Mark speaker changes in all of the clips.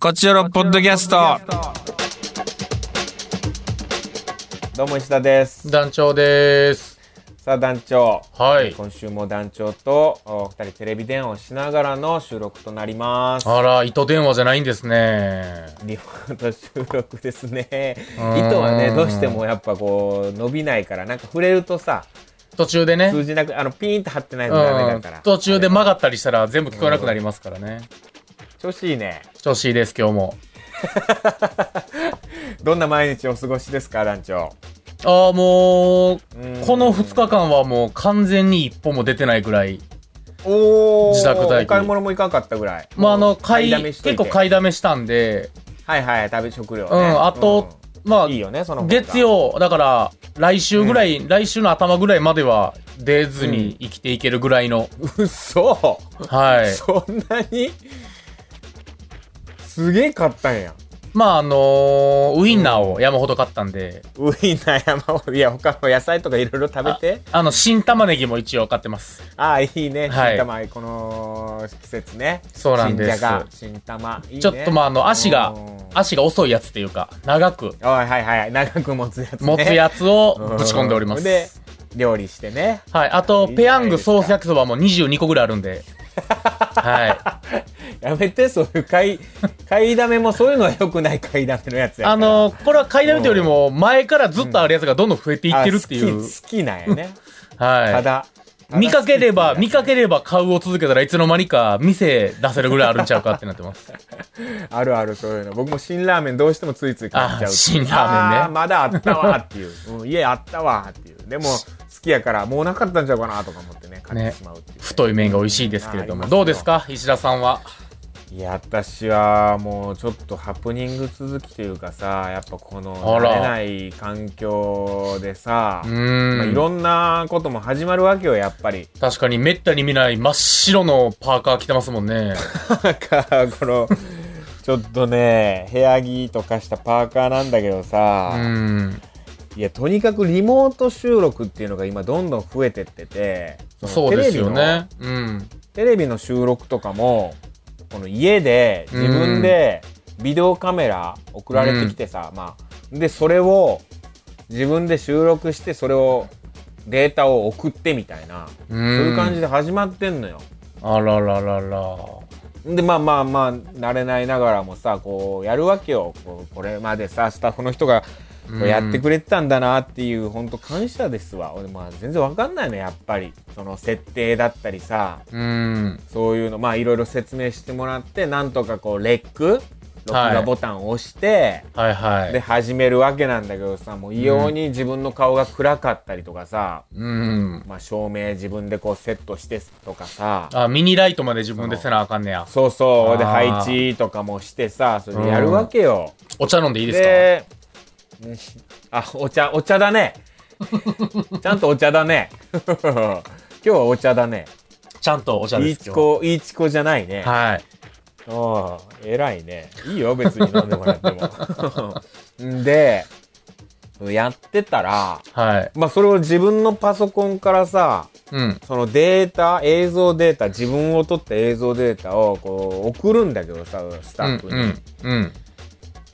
Speaker 1: こちらのポッドキャスト。
Speaker 2: どうも石田です。
Speaker 3: 団長です。
Speaker 2: さあ団長、
Speaker 3: はい。
Speaker 2: 今週も団長とお二人テレビ電話をしながらの収録となります。
Speaker 3: あら、糸電話じゃないんですね。
Speaker 2: リモート収録ですね。
Speaker 3: ーん
Speaker 2: 糸はねどうしてもやっぱこう伸びないからなんか触れるとさ
Speaker 3: 途中でね。
Speaker 2: 通じなくあのピーンと張ってないうとダメだ
Speaker 3: ん
Speaker 2: から。。
Speaker 3: 途中で
Speaker 2: あ
Speaker 3: 曲がったりしたら全部聞こえなくなりますから
Speaker 2: れ
Speaker 3: ね。
Speaker 2: 調子いいね。
Speaker 3: 調子いいです、今日も。
Speaker 2: どんな毎日お過ごしですか団長。
Speaker 3: ああ、もう、
Speaker 2: うん
Speaker 3: この2日間はもう完全に一歩も出てないくらい。
Speaker 2: おお。
Speaker 3: 自宅待機
Speaker 2: お買い物も行かんかったぐらい。
Speaker 3: まあ、あの、買い、
Speaker 2: だめしと
Speaker 3: 結
Speaker 2: いて
Speaker 3: 構買いだめしたんで、
Speaker 2: はいはい食べ食料ね。
Speaker 3: うんあとま
Speaker 2: うんいいよねその
Speaker 3: あ、
Speaker 2: 方が
Speaker 3: 月。曜、だから、来週ぐらい、来週の頭ぐらいまでは出ずに生きていけるぐらいの、
Speaker 2: 嘘。
Speaker 3: はい。
Speaker 2: そんなにすげえ買ったんや。
Speaker 3: まあ、あのーウインナーを山ほど買ったんで、
Speaker 2: ウインナー山盛りいや他の野菜とかいろいろ食べて。
Speaker 3: あの、新玉ねぎも一応買ってます。
Speaker 2: ああいいね。
Speaker 3: はい
Speaker 2: 新玉、この季節ね。
Speaker 3: そうなんです
Speaker 2: 新じゃが、新玉。いいね
Speaker 3: ちょっとまあ、あの、足が
Speaker 2: うん、
Speaker 3: 足が遅いやつっていうか、長
Speaker 2: お
Speaker 3: く
Speaker 2: いはいはい長く持つやつ、ね。
Speaker 3: 持つやつを
Speaker 2: うん
Speaker 3: ぶち込んでおりま。
Speaker 2: です料理してね。
Speaker 3: はい。あ
Speaker 2: い
Speaker 3: と、
Speaker 2: いじ
Speaker 3: ペ
Speaker 2: ゃ
Speaker 3: ヤ
Speaker 2: ない
Speaker 3: ン
Speaker 2: で
Speaker 3: グ
Speaker 2: すか
Speaker 3: ソース焼きそばも22個ぐらいあるんで。 は
Speaker 2: やめてそういう買い買いだめもそういうのは良くない買いだめのやつ
Speaker 3: い。
Speaker 2: やから。
Speaker 3: あの、これは買いだめというよりも、前からずっとあるやつがどんどん増えていってるってい
Speaker 2: あ
Speaker 3: う
Speaker 2: 好。き好きなんやね。た
Speaker 3: は
Speaker 2: だ
Speaker 3: い。見かければ、見
Speaker 2: か
Speaker 3: かければ買うを続けたらいつの間にか店出せるぐらいあるんちゃうかってなってます。
Speaker 2: あるあるそういうの僕も辛ラーメンどうしてもついつい買っちゃう
Speaker 3: あ辛ラーメンね
Speaker 2: あまだあったわーっていう、 うん、家あったわーっていうでも好きやからもうなかったんちゃうかなとか思ってね買っ
Speaker 3: ね
Speaker 2: てしまうっていうね、
Speaker 3: 太い麺が美味しいですけれど
Speaker 2: あり
Speaker 3: も。
Speaker 2: ますよ
Speaker 3: どうですか石田さんは。
Speaker 2: いや私はもうちょっとハプニング続きというかさやっぱこの
Speaker 3: あ
Speaker 2: 慣
Speaker 3: ら
Speaker 2: れない環境でさ
Speaker 3: う
Speaker 2: まあ、い
Speaker 3: ーん。
Speaker 2: ろんなことも始まるわけよやっぱり
Speaker 3: 確かにめったに見ない真っ白のパーカー着てますもんね。
Speaker 2: なんかこのちょっとね部屋着とかしたパーカーなんだけどさ、
Speaker 3: うん。
Speaker 2: いやとにかくリモート収録っていうのが今どんどん増えてってての
Speaker 3: そうです
Speaker 2: テレビ
Speaker 3: よ
Speaker 2: の
Speaker 3: ね。うん。
Speaker 2: テレビの収録とかもこの家で自分でビデオカメラ送られてきてさ、まあでそれを自分で収録してそれをデータを送ってみたいな、
Speaker 3: そ
Speaker 2: そ
Speaker 3: う
Speaker 2: う
Speaker 3: い
Speaker 2: いう感じで始まってんのよ。
Speaker 3: あらららら。
Speaker 2: でまあまあまあ慣れないながらもさこうやるわけよこうこれまでさスタッフの人がこうやってくれてたんだなっていう本当感謝ですわ俺まあ全然わかんないのやっぱりその設定だったりさ
Speaker 3: うん。
Speaker 2: そういうのまあいろいろ説明してもらってなんとかこうレック録画ボタンを押して、
Speaker 3: はいは
Speaker 2: で
Speaker 3: い。
Speaker 2: 始めるわけなんだけどさもう異様に自分の顔が暗かったりとかさ、
Speaker 3: うん。
Speaker 2: まあ照明自分でこうセットしてとかさ
Speaker 3: あ、ミニライトまで自分でせなあかんねや。
Speaker 2: そうそう。で、
Speaker 3: あー
Speaker 2: 配置とかもしてさ、それでやるわけよ。
Speaker 3: お茶飲んでいいです
Speaker 2: で、 うんあ、お茶、お茶だ ね。ちゃんとお茶だね。 今日はお茶だね。
Speaker 3: かちゃんとお茶
Speaker 2: い
Speaker 3: で
Speaker 2: い
Speaker 3: す。
Speaker 2: ちこ、いいちこじゃないね。
Speaker 3: 今日ははい。
Speaker 2: ああ、偉いね。いいよ、別に飲んでもらっても。 んで、やってたら、
Speaker 3: はい。
Speaker 2: まあ、それを自分のパソコンからさ、
Speaker 3: うん。
Speaker 2: そのデータ、映像データ、自分を撮った映像データをこう送るんだけどさ、スタ
Speaker 3: う
Speaker 2: ッ
Speaker 3: ん
Speaker 2: フに。
Speaker 3: うん。うん。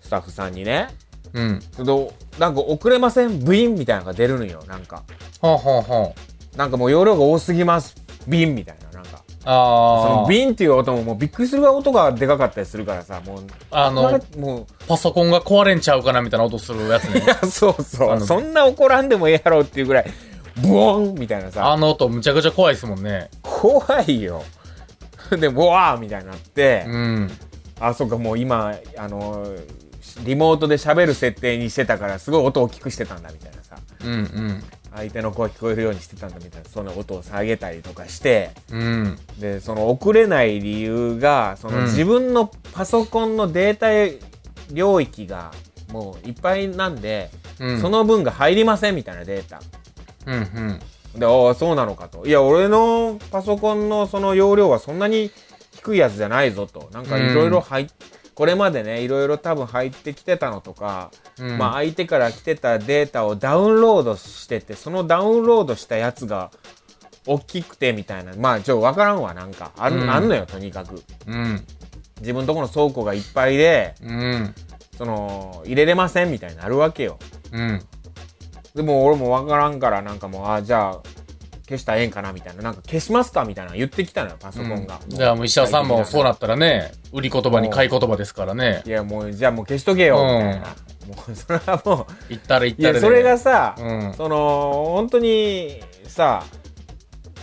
Speaker 2: スタッフさんにね。
Speaker 3: うん。
Speaker 2: そのなんか遅れませんブインみたいなのが出るのよ。なんか。
Speaker 3: ほうほうほう。
Speaker 2: なんかもう容量が多すぎます。ビンみたいな。なんか。そ
Speaker 3: あ
Speaker 2: の
Speaker 3: ー。
Speaker 2: ビンっていう音ももうびっくりするぐらい音がでかかったりするからさ、もう。
Speaker 3: あの
Speaker 2: 怒られもう、
Speaker 3: パソコンが壊れんちゃうかなみたいな音するやつ ね。
Speaker 2: そうそ
Speaker 3: あ
Speaker 2: う。
Speaker 3: の
Speaker 2: そんな怒らんでもええやろっていうぐらい、ブオーンみたいなさ、
Speaker 3: あの音むちゃくちゃ怖いですもんね。
Speaker 2: 怖いよ。で、ボワーみたいになって、
Speaker 3: うん。
Speaker 2: あ、そっか、もう今、あの、リモートで喋る設定にしてたから、すごい音を大きくしてたんだみたいなさ。
Speaker 3: うん
Speaker 2: 相手の声聞こえるようにしてたんだみたいなその音を下げたりとかして
Speaker 3: うん。うん。
Speaker 2: でその遅れない理由がその
Speaker 3: うん
Speaker 2: 自分のパソコンのデータ領域がもういっぱいなんで、
Speaker 3: うん。
Speaker 2: そ、の分が入りませんみたいなデータ
Speaker 3: うんうん。
Speaker 2: でああそうなのかといや俺のパソコンのその容量はそんなに低いやつじゃないぞとなんかいろいろ入っこれまでねいろいろ多分入ってきてたのとか
Speaker 3: うん。
Speaker 2: まあ相手から来てたデータをダウンロードしててそのダウンロードしたやつが大きくてみたいなまあちょっと分からんわなんかあ,、
Speaker 3: うん
Speaker 2: ん、あんのよとにかく
Speaker 3: うん。
Speaker 2: 自分とこの倉庫がいっぱいで
Speaker 3: うん。
Speaker 2: その入れれませんみたいになるわけよ
Speaker 3: うん。
Speaker 2: でも俺もわからんからなんかもうあじゃあ消したらええんかなみたいななんか消しますかみたいなの言ってきたのよパソコンが、
Speaker 3: じゃあもう石田さんもそうなったらね、売り言葉に買い言葉ですからね
Speaker 2: い。やもうじゃあもう消しとけよみ
Speaker 3: うん
Speaker 2: たいな、もうそれはも
Speaker 3: 行ったら行っ
Speaker 2: うい
Speaker 3: たら
Speaker 2: や
Speaker 3: で。
Speaker 2: それがさ、
Speaker 3: うん。
Speaker 2: その本当にさ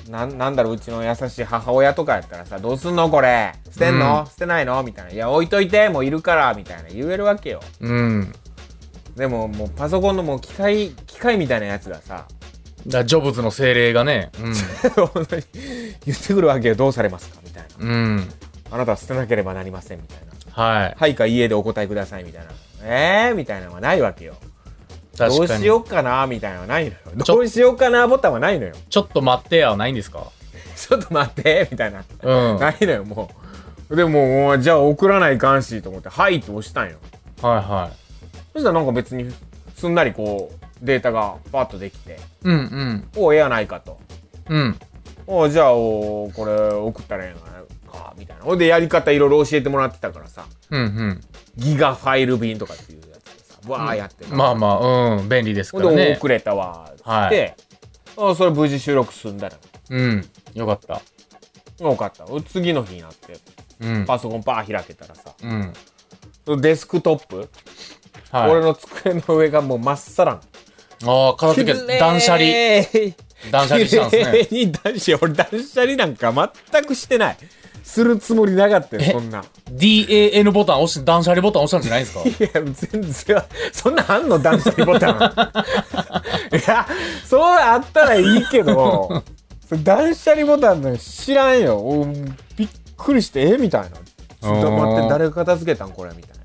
Speaker 2: なんなんだろううちの優しい母親とかやったらさ「どうすんのこれ捨てんの、
Speaker 3: うん
Speaker 2: 捨てないの?」みたいな「いや置いといてもういるから」みたいな言えるわけよ
Speaker 3: うん。
Speaker 2: でももうパソコンのもう機械機械みたいなやつがさ
Speaker 3: だからジョブズの精霊がね。
Speaker 2: 本当に言ってくるわけよ「どうされますか?」みたいな
Speaker 3: うん。うん。
Speaker 2: 「あなたは捨てなければなりません」みたいな
Speaker 3: は
Speaker 2: 「はいかいいえでお答えください」みたいな「えー?」みたいなのはないわけよ
Speaker 3: い。
Speaker 2: どう
Speaker 3: 確か
Speaker 2: し
Speaker 3: に。
Speaker 2: ようかなみたいなのはないのよ
Speaker 3: ちょ
Speaker 2: どうしようかなボタンはないのよ
Speaker 3: ちょっと待ってやはないんですか
Speaker 2: ちょっと待ってみたいな
Speaker 3: うん。は
Speaker 2: ないのよ、もう。でも、もうじゃあ送らないかんしと思って、はいって押したんよ。
Speaker 3: いは
Speaker 2: そしたらなんか別に、すんなりこう、データがパッとできて、
Speaker 3: い。うんうん。
Speaker 2: おええやないかと。
Speaker 3: うん。
Speaker 2: おじゃあ、おこれ送ったらええのか、みたいな。ほんで、やり方いろいろ教えてもらってたからさ、
Speaker 3: うんうん。
Speaker 2: ギガファイル便とかっていうやつでさ、わーやって、
Speaker 3: まあまあ、うん。便利です
Speaker 2: ほ
Speaker 3: か
Speaker 2: んで、
Speaker 3: ら
Speaker 2: お
Speaker 3: ね
Speaker 2: 遅。れたわ、つ
Speaker 3: は
Speaker 2: っ
Speaker 3: い
Speaker 2: て、あそれ無事収録済んだら。
Speaker 3: うん。よかった。
Speaker 2: よかった。次の日になって、
Speaker 3: うん。
Speaker 2: パソコンパー開けたらさ、
Speaker 3: うん。
Speaker 2: デスクトップ、
Speaker 3: はい。
Speaker 2: 俺の机の上がもうまっさらなの
Speaker 3: ああ、片付
Speaker 2: き
Speaker 3: け、
Speaker 2: れい
Speaker 3: 断捨離。断捨離したんですね。
Speaker 2: きれいに断捨離俺断捨離なんか全くしてないするつもりなかったよ
Speaker 3: え
Speaker 2: そんな
Speaker 3: DAN ボタン押し、断捨離ボタン押したんじゃないです か
Speaker 2: いや全然そんなあんの断捨離ボタ ンいやそうあったらいいけどそれ断捨離ボタンの知らんよおびっくりしてえみたいなちょっと待っ
Speaker 3: あ
Speaker 2: て
Speaker 3: ー
Speaker 2: 誰が片付けたんこれみたいな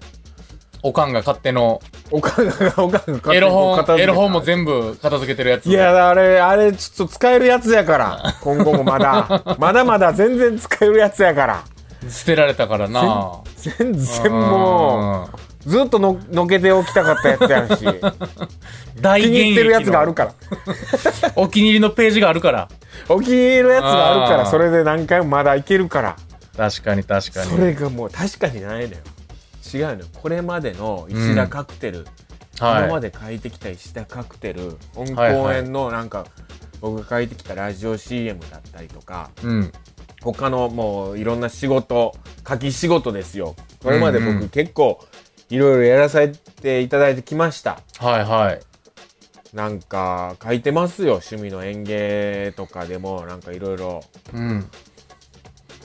Speaker 3: おかんが勝手の、
Speaker 2: おかんがおかんが勝手に
Speaker 3: エロ
Speaker 2: 片
Speaker 3: 本、
Speaker 2: 付けた
Speaker 3: エロ本も全部片付けてるやつ。
Speaker 2: いや、あれ、あれ、ちょっと使えるやつやから。今後もまだ。まだまだ全然使えるやつやから。
Speaker 3: 捨てられたからな。
Speaker 2: 全然もう、ずっとののけておきたかったやつや んし。
Speaker 3: うん。大
Speaker 2: 気に入ってるやつがあるから。
Speaker 3: ら。お気に入りのページがあるから。
Speaker 2: お気に入りのやつがあるから、
Speaker 3: あー
Speaker 2: それで何回もまだいけるから。
Speaker 3: 確かに確か
Speaker 2: そ
Speaker 3: に。
Speaker 2: れがもう確かにないのよ。違うのよ。これまでの石田カクテル、今ま
Speaker 3: はい。
Speaker 2: で書いてきた石田カクテル、本
Speaker 3: はいはい
Speaker 2: 公演のなんか、僕が書いてきたラジオ CM だったりとか、
Speaker 3: うん。
Speaker 2: 他のもういろんな仕事書き仕事ですよこれまで
Speaker 3: うんう
Speaker 2: 僕
Speaker 3: ん
Speaker 2: 結構いろいろやらさせていただいてきました
Speaker 3: はいはい。
Speaker 2: なんか書いてますよ趣味の園芸とかでもなんかいろいろ
Speaker 3: うん。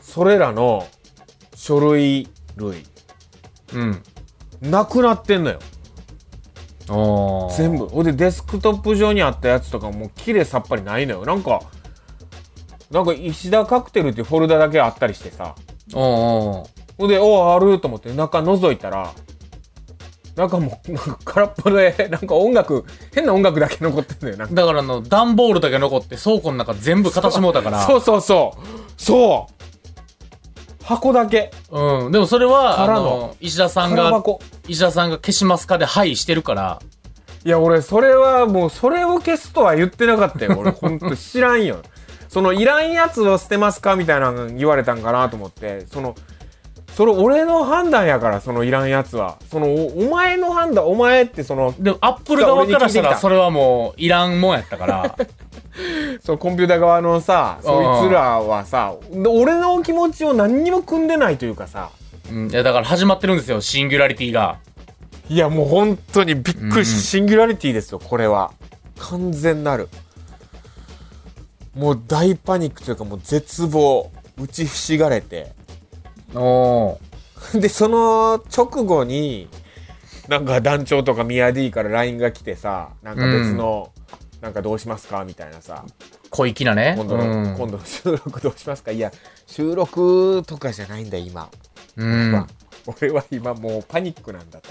Speaker 2: それらの書類類
Speaker 3: うん。
Speaker 2: なくなってんのよ
Speaker 3: おー
Speaker 2: 全部ほんでデスクトップ上にあったやつとかもう綺麗さっぱりないのよなんかなんか石田カクテルっていうフォルダだけあったりしてさ
Speaker 3: おーおー
Speaker 2: ほんで、おあると思って中覗いたら、中もうなんか空っぽで、なんか音楽、変な音楽だけ残ってんだよ、なんか。
Speaker 3: だからあの、段ボールだけ残って倉庫の中全部形もうたから。
Speaker 2: そうそうそう。そう箱だけ。
Speaker 3: うん。でもそれは、あ
Speaker 2: からの
Speaker 3: の、石田さん
Speaker 2: 空
Speaker 3: が、
Speaker 2: 箱。
Speaker 3: 石田さんが消しますかで、はいしてるから。
Speaker 2: いや、俺、それはもう、それを消すとは言ってなかったよ。俺、ほん と知らんよ。その、いらんやつを捨てますかみたいなの言われたんかなと思って、その、それ俺の判断やから、そのいらんやつは。その、おお前の判断、お前ってその、
Speaker 3: でも、アップル側からした
Speaker 2: 俺に聞いてき
Speaker 3: ら、
Speaker 2: た
Speaker 3: それはもう、いらんもんやったから。
Speaker 2: そのコンピューター側のさそいつらはさで俺の気持ちを何にも組んでないというかさ
Speaker 3: うん。いや、だから始まってるんですよ、シンギュラリティが。
Speaker 2: いやもう本当にびっくりし、
Speaker 3: うん
Speaker 2: シンギュラリティですよこれは完全なるもう大パニックというかもう絶望打ちひしがれて
Speaker 3: おー。
Speaker 2: でその直後になんか団長とかミヤ D から LINE が来てさなんか別の、なんかどうしますかみたいなさ
Speaker 3: 小粋なね。
Speaker 2: 今度の、今度の収録どうしますかいや収録とかじゃないんだ今
Speaker 3: うん。うん
Speaker 2: まあ。俺は今もうパニックなんだと。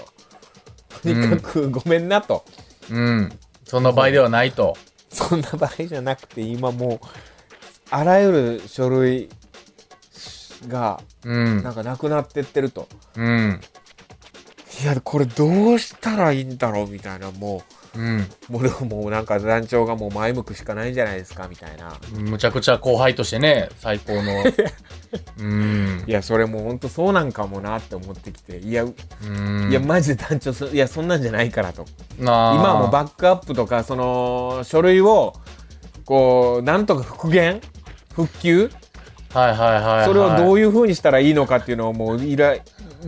Speaker 2: とにかくごめんなと。
Speaker 3: うん。そんな場合ではないと。
Speaker 2: そんな場合じゃなくて今もう、あらゆる書類が
Speaker 3: うん
Speaker 2: な。んかなくなってってると。
Speaker 3: うん。
Speaker 2: いやこれどうしたらいいんだろうみたいなも
Speaker 3: うん。
Speaker 2: うもうもうなんか団長がもう前向くしかないんじゃないですかみたいな
Speaker 3: むちゃくちゃ後輩としてね、最高 の。うん
Speaker 2: い。やそれもうほんとそうなんかもなって思ってきていや、
Speaker 3: うん
Speaker 2: いやマジで団長そいやそんなんじゃないからと
Speaker 3: なあ
Speaker 2: 今はもうバックアップとかその書類をこうなんとか復元復旧
Speaker 3: はいはいはい、はい。
Speaker 2: それをど
Speaker 3: い
Speaker 2: い
Speaker 3: う
Speaker 2: うふうにしたらいいのかっていうのをもういら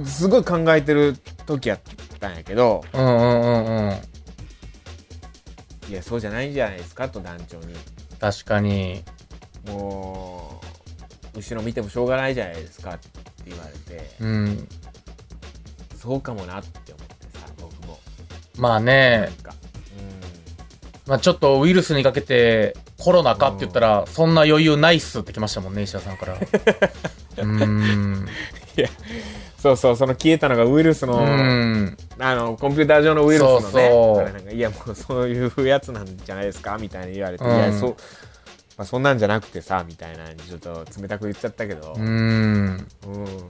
Speaker 2: すごい考えてる時やったんやけど
Speaker 3: うんうんうんうん。
Speaker 2: いやそうじゃないんじゃないですかと団長に
Speaker 3: 確かに。
Speaker 2: もう後ろ見てもしょうがないじゃないですかって言われて
Speaker 3: うん。
Speaker 2: そうかもなって思ってさ僕も
Speaker 3: まあ
Speaker 2: なん
Speaker 3: ね、
Speaker 2: か、
Speaker 3: まあちょっとウイルスにかけてコロナかって言ったら、そんな余裕ないっすってきましたもんね、石田さ んから。うん。
Speaker 2: うん、いやそうそうその消えたのがウイルスの、
Speaker 3: うん。
Speaker 2: あのコンピューター上のウイルスのね
Speaker 3: そうそう
Speaker 2: あれなんかいやもうそういうやつなんじゃないですかみたいに言われて、
Speaker 3: うん
Speaker 2: いやそう、まあ、そんなんじゃなくてさみたいなにちょっと冷たく言っちゃったけど、
Speaker 3: うん。
Speaker 2: うん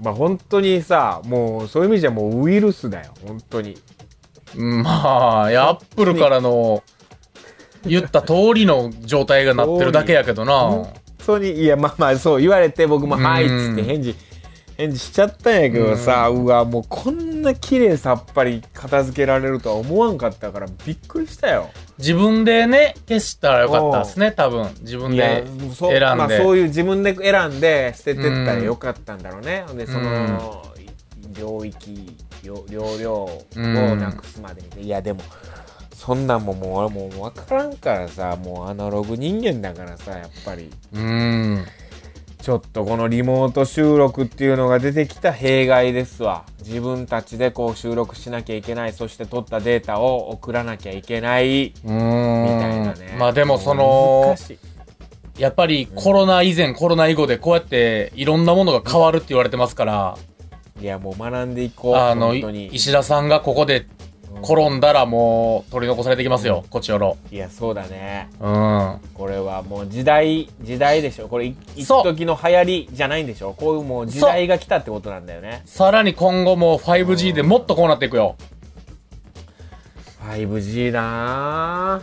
Speaker 2: まあ本当にさもうそういう意味じゃもうウイルスだよ本当に
Speaker 3: まあ、いやアップルからの、言った通りの状態がなってるだけやけどな。
Speaker 2: 本当にいやまあまあそう言われて僕も「
Speaker 3: うん
Speaker 2: はい」っつって返事返事しちゃったんやけどさ、うわもうこんな綺麗さっぱり片付けられるとは思わんかったからびっくりしたよ
Speaker 3: 自分でね、消したらよかったですね、多分。自分
Speaker 2: い
Speaker 3: で
Speaker 2: や
Speaker 3: 選ん
Speaker 2: そう,、
Speaker 3: で。
Speaker 2: まあ、そういう自分で選んで捨ててったらよかったんだろうね、でその領域領領量をなくすまでに、いやでもそんなんももう俺もう分からんからさもうアナログ人間だからさやっぱり
Speaker 3: うん。
Speaker 2: ちょっとこのリモート収録っていうのが出てきた弊害ですわ自分たちでこう収録しなきゃいけないそして取ったデータを送らなきゃいけないみ
Speaker 3: うーん
Speaker 2: たいなね
Speaker 3: まあでもその
Speaker 2: 難、しい
Speaker 3: やっぱりコロナ以前、コロナ以後でこうやっていろんなものが変わるって言われてますから、
Speaker 2: いやもう学んでいこう
Speaker 3: あの、
Speaker 2: 本当
Speaker 3: い
Speaker 2: に
Speaker 3: 石田さんがここで転んだらもう取り残されてきますよ、こっちよろ。
Speaker 2: いやそうだね
Speaker 3: うん。
Speaker 2: これはもう時代時代でしょこれい一
Speaker 3: そう
Speaker 2: 時の流行りじゃないんでしょこういうもう時代が来たってことなんだよね
Speaker 3: さらに今後も 5G でもっとこうなっていくよ。
Speaker 2: 5G なあ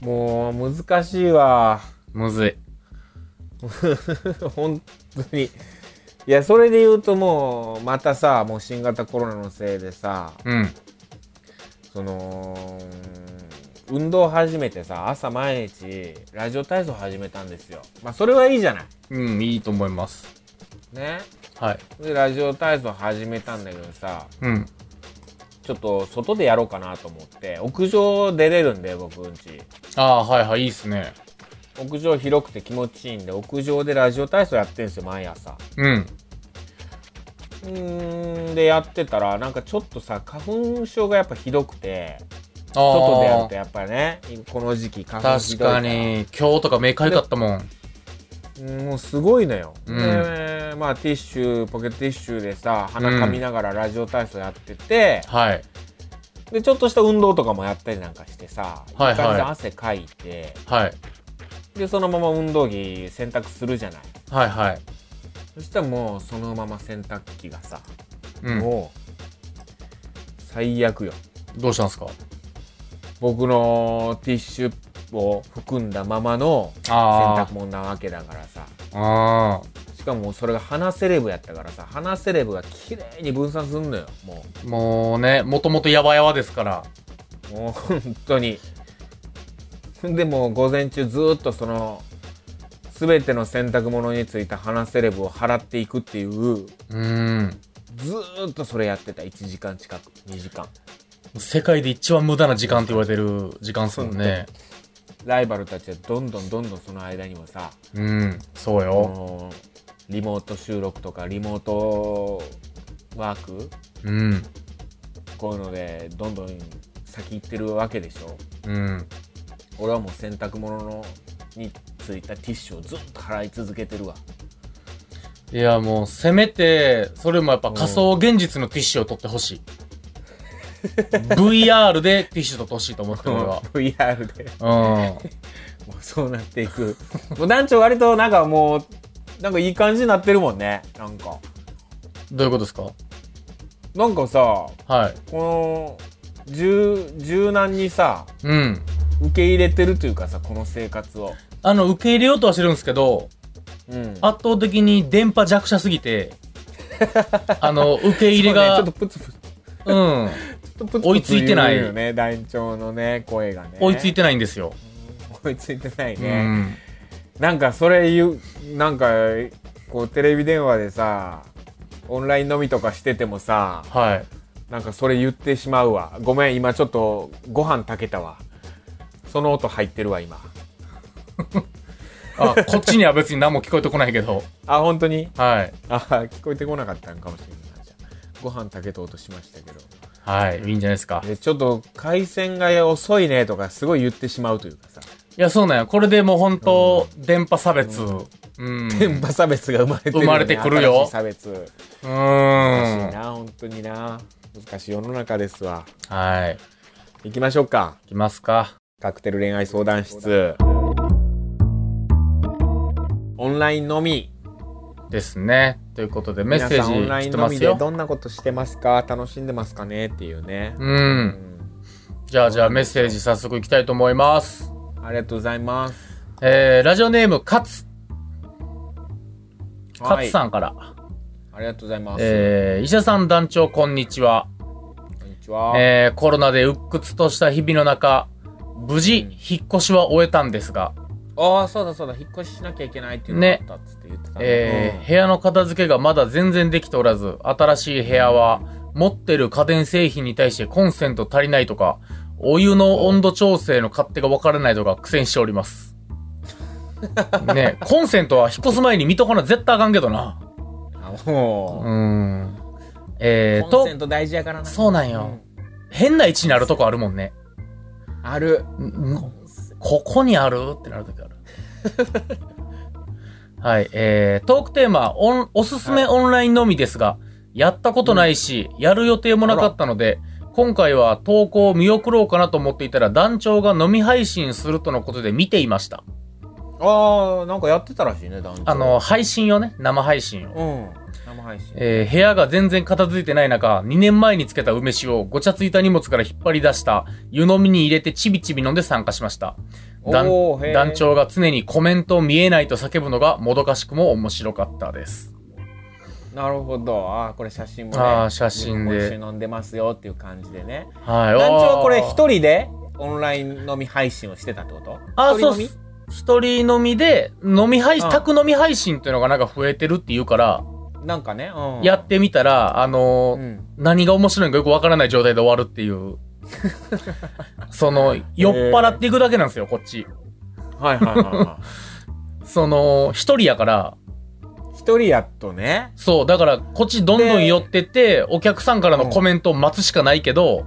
Speaker 2: もう難しいわ
Speaker 3: むずい。
Speaker 2: 本当にいやそれで言うともうまたさもう新型コロナのせいでさ
Speaker 3: うん。
Speaker 2: その運動始めてさ朝毎日ラジオ体操始めたんですよまあそれはいいじゃない
Speaker 3: うん、いいと思います。
Speaker 2: ね
Speaker 3: はい。
Speaker 2: でラジオ体操始めたんだけどさ
Speaker 3: うん。
Speaker 2: ちょっと外でやろうかなと思って屋上出れるんで僕うんち
Speaker 3: ああー、はいはい、いいっすね。
Speaker 2: 屋上広くて気持ちいいんで屋上でラジオ体操やってんですよ毎朝
Speaker 3: うん。
Speaker 2: うーんでやってたらなんかちょっとさ花粉症がやっぱひどくて
Speaker 3: ああ。
Speaker 2: 外でやるとやっぱりねこの時期花粉ひど
Speaker 3: 確
Speaker 2: いから
Speaker 3: かに、今日とか目かゆかったもん。
Speaker 2: うんもうすごいのよ、
Speaker 3: うん
Speaker 2: でまあティッシュポケットティッシュでさ鼻かみながらラジオ体操やってて、
Speaker 3: はい。
Speaker 2: でちょっとした運動とかもやったりなんかしてさ、
Speaker 3: は
Speaker 2: い
Speaker 3: いはい
Speaker 2: い感じで汗かいて
Speaker 3: はい。
Speaker 2: でそのまま運動着洗濯するじゃない
Speaker 3: はいはい。
Speaker 2: そしたらもうそのまま洗濯機がさ、
Speaker 3: うん。
Speaker 2: もう最悪よ
Speaker 3: どうしたんすか
Speaker 2: 僕のティッシュを含んだままの洗
Speaker 3: あ
Speaker 2: 濯物なわけだからさ
Speaker 3: あ。ああ。
Speaker 2: しかもそれが鼻セレブやったからさ鼻セレブが綺麗に分散すんのよも
Speaker 3: もうね、もともとやばやばですから。
Speaker 2: うもう本当にでもう午前中ずっとその全ての洗濯物についた鼻セレブを払っていくっていう
Speaker 3: うーん。
Speaker 2: ずーっとそれやってた1時間近く2時間
Speaker 3: 世界で一番無駄な時間って言われてる時間っすもんね。
Speaker 2: ライバルたちはどんどんどんどんその間にもさ
Speaker 3: うん。そうよ。
Speaker 2: もうリモート収録とかリモートワーク
Speaker 3: うん。
Speaker 2: こういうのでどんどん先行ってるわけでしょ
Speaker 3: うん。
Speaker 2: 俺はもう洗濯物のについたティッシュをずっと払い続けてるわ
Speaker 3: いや、もう、せめて、それもやっぱ仮想現実のティッシュを取って ほしい。VR でティッシュ取ってほしいと思ってる俺は。
Speaker 2: VR で
Speaker 3: うん。
Speaker 2: もうそうなっていくもう団長割となんかもうなんかいい感じになってるもんねなんか
Speaker 3: どういうことですか
Speaker 2: なんかさ
Speaker 3: はい。
Speaker 2: この柔柔軟にさ
Speaker 3: うん。
Speaker 2: 受け入れてるというかさこの生活を、
Speaker 3: あの、受け入れようとはしてるんですけど、
Speaker 2: うん、
Speaker 3: 圧倒的に電波弱者す ぎて、あの、受け入れが、,、
Speaker 2: そううねちょっとプツプツ
Speaker 3: ん、
Speaker 2: ちょっとプツプツ
Speaker 3: 追いついてない
Speaker 2: 言うよね団長のね声がね
Speaker 3: 追いついてないんですよ。
Speaker 2: 追いついてないね、
Speaker 3: うん。
Speaker 2: なんかそれ言うなんかこうテレビ電話でさオンライン飲みとかしててもさ
Speaker 3: はい。
Speaker 2: なんかそれ言ってしまうわごめん今ちょっとご飯炊けたわその音入ってるわ今
Speaker 3: あ、こっちには別に何も聞こえてこないけど、
Speaker 2: あ本当に
Speaker 3: はい。
Speaker 2: あ聞こえてこなかったんかもしれないなじゃあご飯炊けた音しましたけど
Speaker 3: はい。いいんじゃないですか。
Speaker 2: えちょっと回線が遅いねとかすごい言ってしまうというかさ
Speaker 3: いや、そうなんや。これでもう本当、電波差別。うん。
Speaker 2: 電波 差別が生まれてるよね、
Speaker 3: 生まれてくるよ
Speaker 2: 新しい差別
Speaker 3: う
Speaker 2: 難しい
Speaker 3: ん。
Speaker 2: な、本当にな難しい世の中ですわ
Speaker 3: はい。い
Speaker 2: 行きましょうか
Speaker 3: きますか。
Speaker 2: カクテル恋愛相談室オンラインのみ
Speaker 3: ですね。ということで、メッセ
Speaker 2: 皆さんオン
Speaker 3: ー
Speaker 2: ラ
Speaker 3: ジ
Speaker 2: イン
Speaker 3: 来て
Speaker 2: の
Speaker 3: ま
Speaker 2: み
Speaker 3: す
Speaker 2: で
Speaker 3: よ。
Speaker 2: どんなことしてますか楽しんでますかねっていうね、
Speaker 3: う。
Speaker 2: うんん
Speaker 3: じゃあ、じゃあメッセージ早速いきたいと思います。
Speaker 2: ありがとうございます
Speaker 3: えー、ラジオネーム、カツ。カ
Speaker 2: はい
Speaker 3: ツさんから。
Speaker 2: ありがとうございます、
Speaker 3: えー、医者さん団長、こんにちは。
Speaker 2: こんにちは、
Speaker 3: えー、コロナで鬱屈とした日々の中、無事、引っ越しは終えたんですが、
Speaker 2: ああそうだそうだ引っ越ししなきゃいけないっていうのがあったっつって言ってたね
Speaker 3: えー、部屋の片付けがまだ全然できておらず、新しい部屋は、持ってる家電製品に対してコンセント足りないとか、お湯の温度調整の勝手が分からないとか苦戦してお ります。ねコンセントは引っ越す前に見とかな絶対あかんけどな。
Speaker 2: うんあも
Speaker 3: う
Speaker 2: う、
Speaker 3: ーん。えー
Speaker 2: コン
Speaker 3: と
Speaker 2: セ、ント大事やからな
Speaker 3: そうなんよ変な位置にあるとこあるもんね。
Speaker 2: うんある
Speaker 3: んここにあるってなるときある。 はい、えー、トークテーマ、オンおすすめオンラインのみですが、やったことないし、やる予定もなかったので、今回は投稿を見送ろうかなと思っていたら、団長が飲み配信するとのことで見ていました。
Speaker 2: ああなんかやってたらしいね団長
Speaker 3: あの、配信をね、生配信を。
Speaker 2: うん生配信
Speaker 3: えー部屋が全然片付いてない中、2年前につけた梅酒をごちゃついた荷物から引っ張り出した湯飲みに入れてちびちび飲んで参加しました。団
Speaker 2: おーへー
Speaker 3: 団長が常にコメント見えないと叫ぶのがもどかしくも面白かったです。
Speaker 2: なるほどああこれ写真もね
Speaker 3: あー写真
Speaker 2: 今
Speaker 3: で
Speaker 2: 週飲んでますよっていう感じでね
Speaker 3: はい。
Speaker 2: 団長これ
Speaker 3: あー
Speaker 2: 一人でオンライン飲み配信をしてたってこと
Speaker 3: あー、
Speaker 2: 一人
Speaker 3: そう
Speaker 2: 飲み
Speaker 3: っす。一人飲みで、飲み配
Speaker 2: う
Speaker 3: 信、
Speaker 2: ん
Speaker 3: 宅飲み配信っていうのがなんか増えてるっていうから、
Speaker 2: なんかね、うん、
Speaker 3: やってみたら、あの
Speaker 2: う
Speaker 3: ー
Speaker 2: ん
Speaker 3: 何が面白いのかよくわからない状態で終わるっ ていう。その、酔っ払っていくだけなんですよ、こっち。
Speaker 2: はいはいはいはい
Speaker 3: その、一人やから、
Speaker 2: 一人やっとね
Speaker 3: そう、だから、こっちどんどん寄ってって、お客さんからのコメントを待つしかないけど、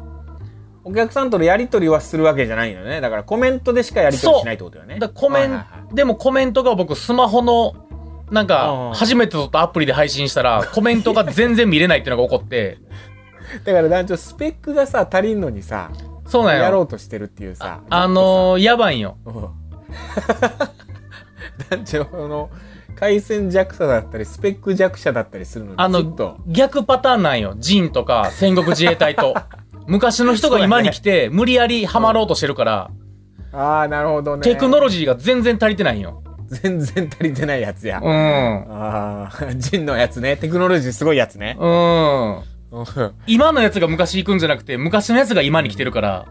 Speaker 2: お客さんとのやり取りはするわけじゃないよねだからコメントでしかやり取りしないってことよね
Speaker 3: だからコメン、
Speaker 2: はいはいはい
Speaker 3: でもコメントが僕スマホの、なん
Speaker 2: うん
Speaker 3: か、初めて撮ったアプリで配信し たら、コメントが全然見れないっていうのが起こって、
Speaker 2: だから団長スペックがさ足りんのにさ
Speaker 3: そうなん
Speaker 2: やろ
Speaker 3: よ。
Speaker 2: うとしてるっていうさ
Speaker 3: あのー、やばいんよ。
Speaker 2: うん 団長の回線弱者だったりスペック弱者だったりするのに
Speaker 3: あ
Speaker 2: ずっと
Speaker 3: の、逆パターンなんよ。ジンとか、戦国自衛 隊と。昔の人が今に来て、無理やりハマろうとしてるから、
Speaker 2: ああなるほどね
Speaker 3: テクノロ
Speaker 2: ジ
Speaker 3: ジーが全然足りてないんよ。
Speaker 2: 全然足りてないやつや、
Speaker 3: うん。
Speaker 2: ああ人のやつねテクノロジーすごいやつね、
Speaker 3: うん。
Speaker 2: うん
Speaker 3: 今のやつが昔行くんじゃなくて、昔のやつが今に来てるから、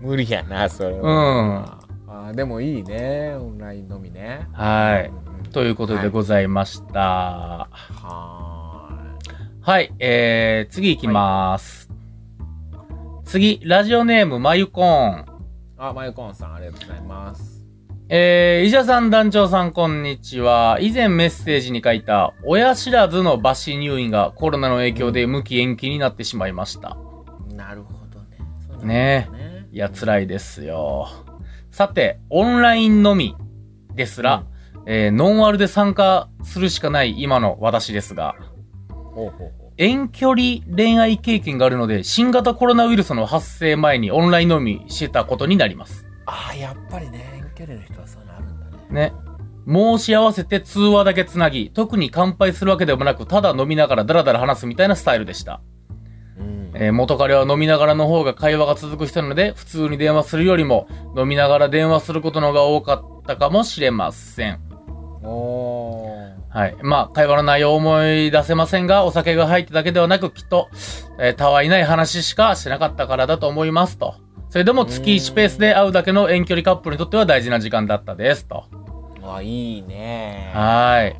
Speaker 2: 無理やなそれ
Speaker 3: う
Speaker 2: は、
Speaker 3: ん。
Speaker 2: ああでもいいねオンラインのみね
Speaker 3: はい。
Speaker 2: うん
Speaker 3: ということでございました。
Speaker 2: は
Speaker 3: はい、えー、次行きます。次、ラジオネーム、まゆこん。
Speaker 2: ーいあマユコーンさんありがとうございます
Speaker 3: えー、医者さん団長さんこんにちは。以前メッセージに書いた、親知らずの抜歯入院がコロナの影響で無期延期になってしまいました。
Speaker 2: なるほどねそう
Speaker 3: ね
Speaker 2: なんだね
Speaker 3: いや、辛いですよ。さて、オンラインのみですら、えーノンアルで参加するしかない今の私ですが、
Speaker 2: ほうほうほ
Speaker 3: 遠距離恋愛経験があるので、新型コロナウイルスの発生前にオンラインのみしてたことになります。
Speaker 2: うああやっぱりね遠距離の人はそういうのあるんだね
Speaker 3: ね。申し合わせて通話だけつなぎ、特に乾杯するわけでもなく、ただ飲みながらダラダラ話すみたいなスタイルでした。えー元彼は飲みながらの方が会話が続く人なので、普通に電話するよりも、飲みながら電話することの方が多かったかもしれません。
Speaker 2: おー
Speaker 3: はい。まあ、会話の内容を思い出せませんが、お酒が入っただけではなく、きっと、えーたわいない話しかしなかったからだと思いますと。それでも月1ペースで会うだけの遠距離カップルにとっては大事な時間だったですと。
Speaker 2: あいいね
Speaker 3: はーい。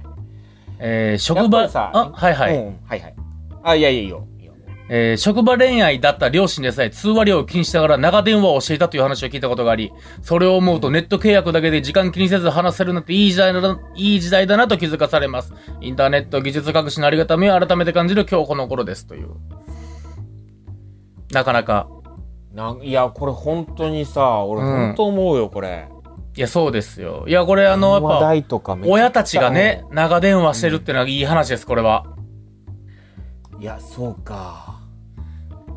Speaker 3: えー
Speaker 2: や
Speaker 3: 職
Speaker 2: っぱ
Speaker 3: 場、
Speaker 2: りさ
Speaker 3: あ、はいはい。
Speaker 2: うんはいはいあいやいやいいよいいよ
Speaker 3: えー職場恋愛だった両親でさえ通話料を気にしながら長電話をしていたという話を聞いたことがあり、それを思うとネット契約だけで時間気にせず話せるなんていい時代だな、いい時代だなと気づかされます。インターネット技術革新のありがたみを改めて感じる今日この頃ですという。なかなか。
Speaker 2: なんいやこれ本当にさ俺
Speaker 3: うん
Speaker 2: 本当思うよこれ、
Speaker 3: いや、そうですよ。いや、これあの、やっ
Speaker 2: 話
Speaker 3: ぱ、
Speaker 2: 題とかめっちゃ
Speaker 3: 親たちがね、長電話してるってのはいい話です、これは。
Speaker 2: いやそうか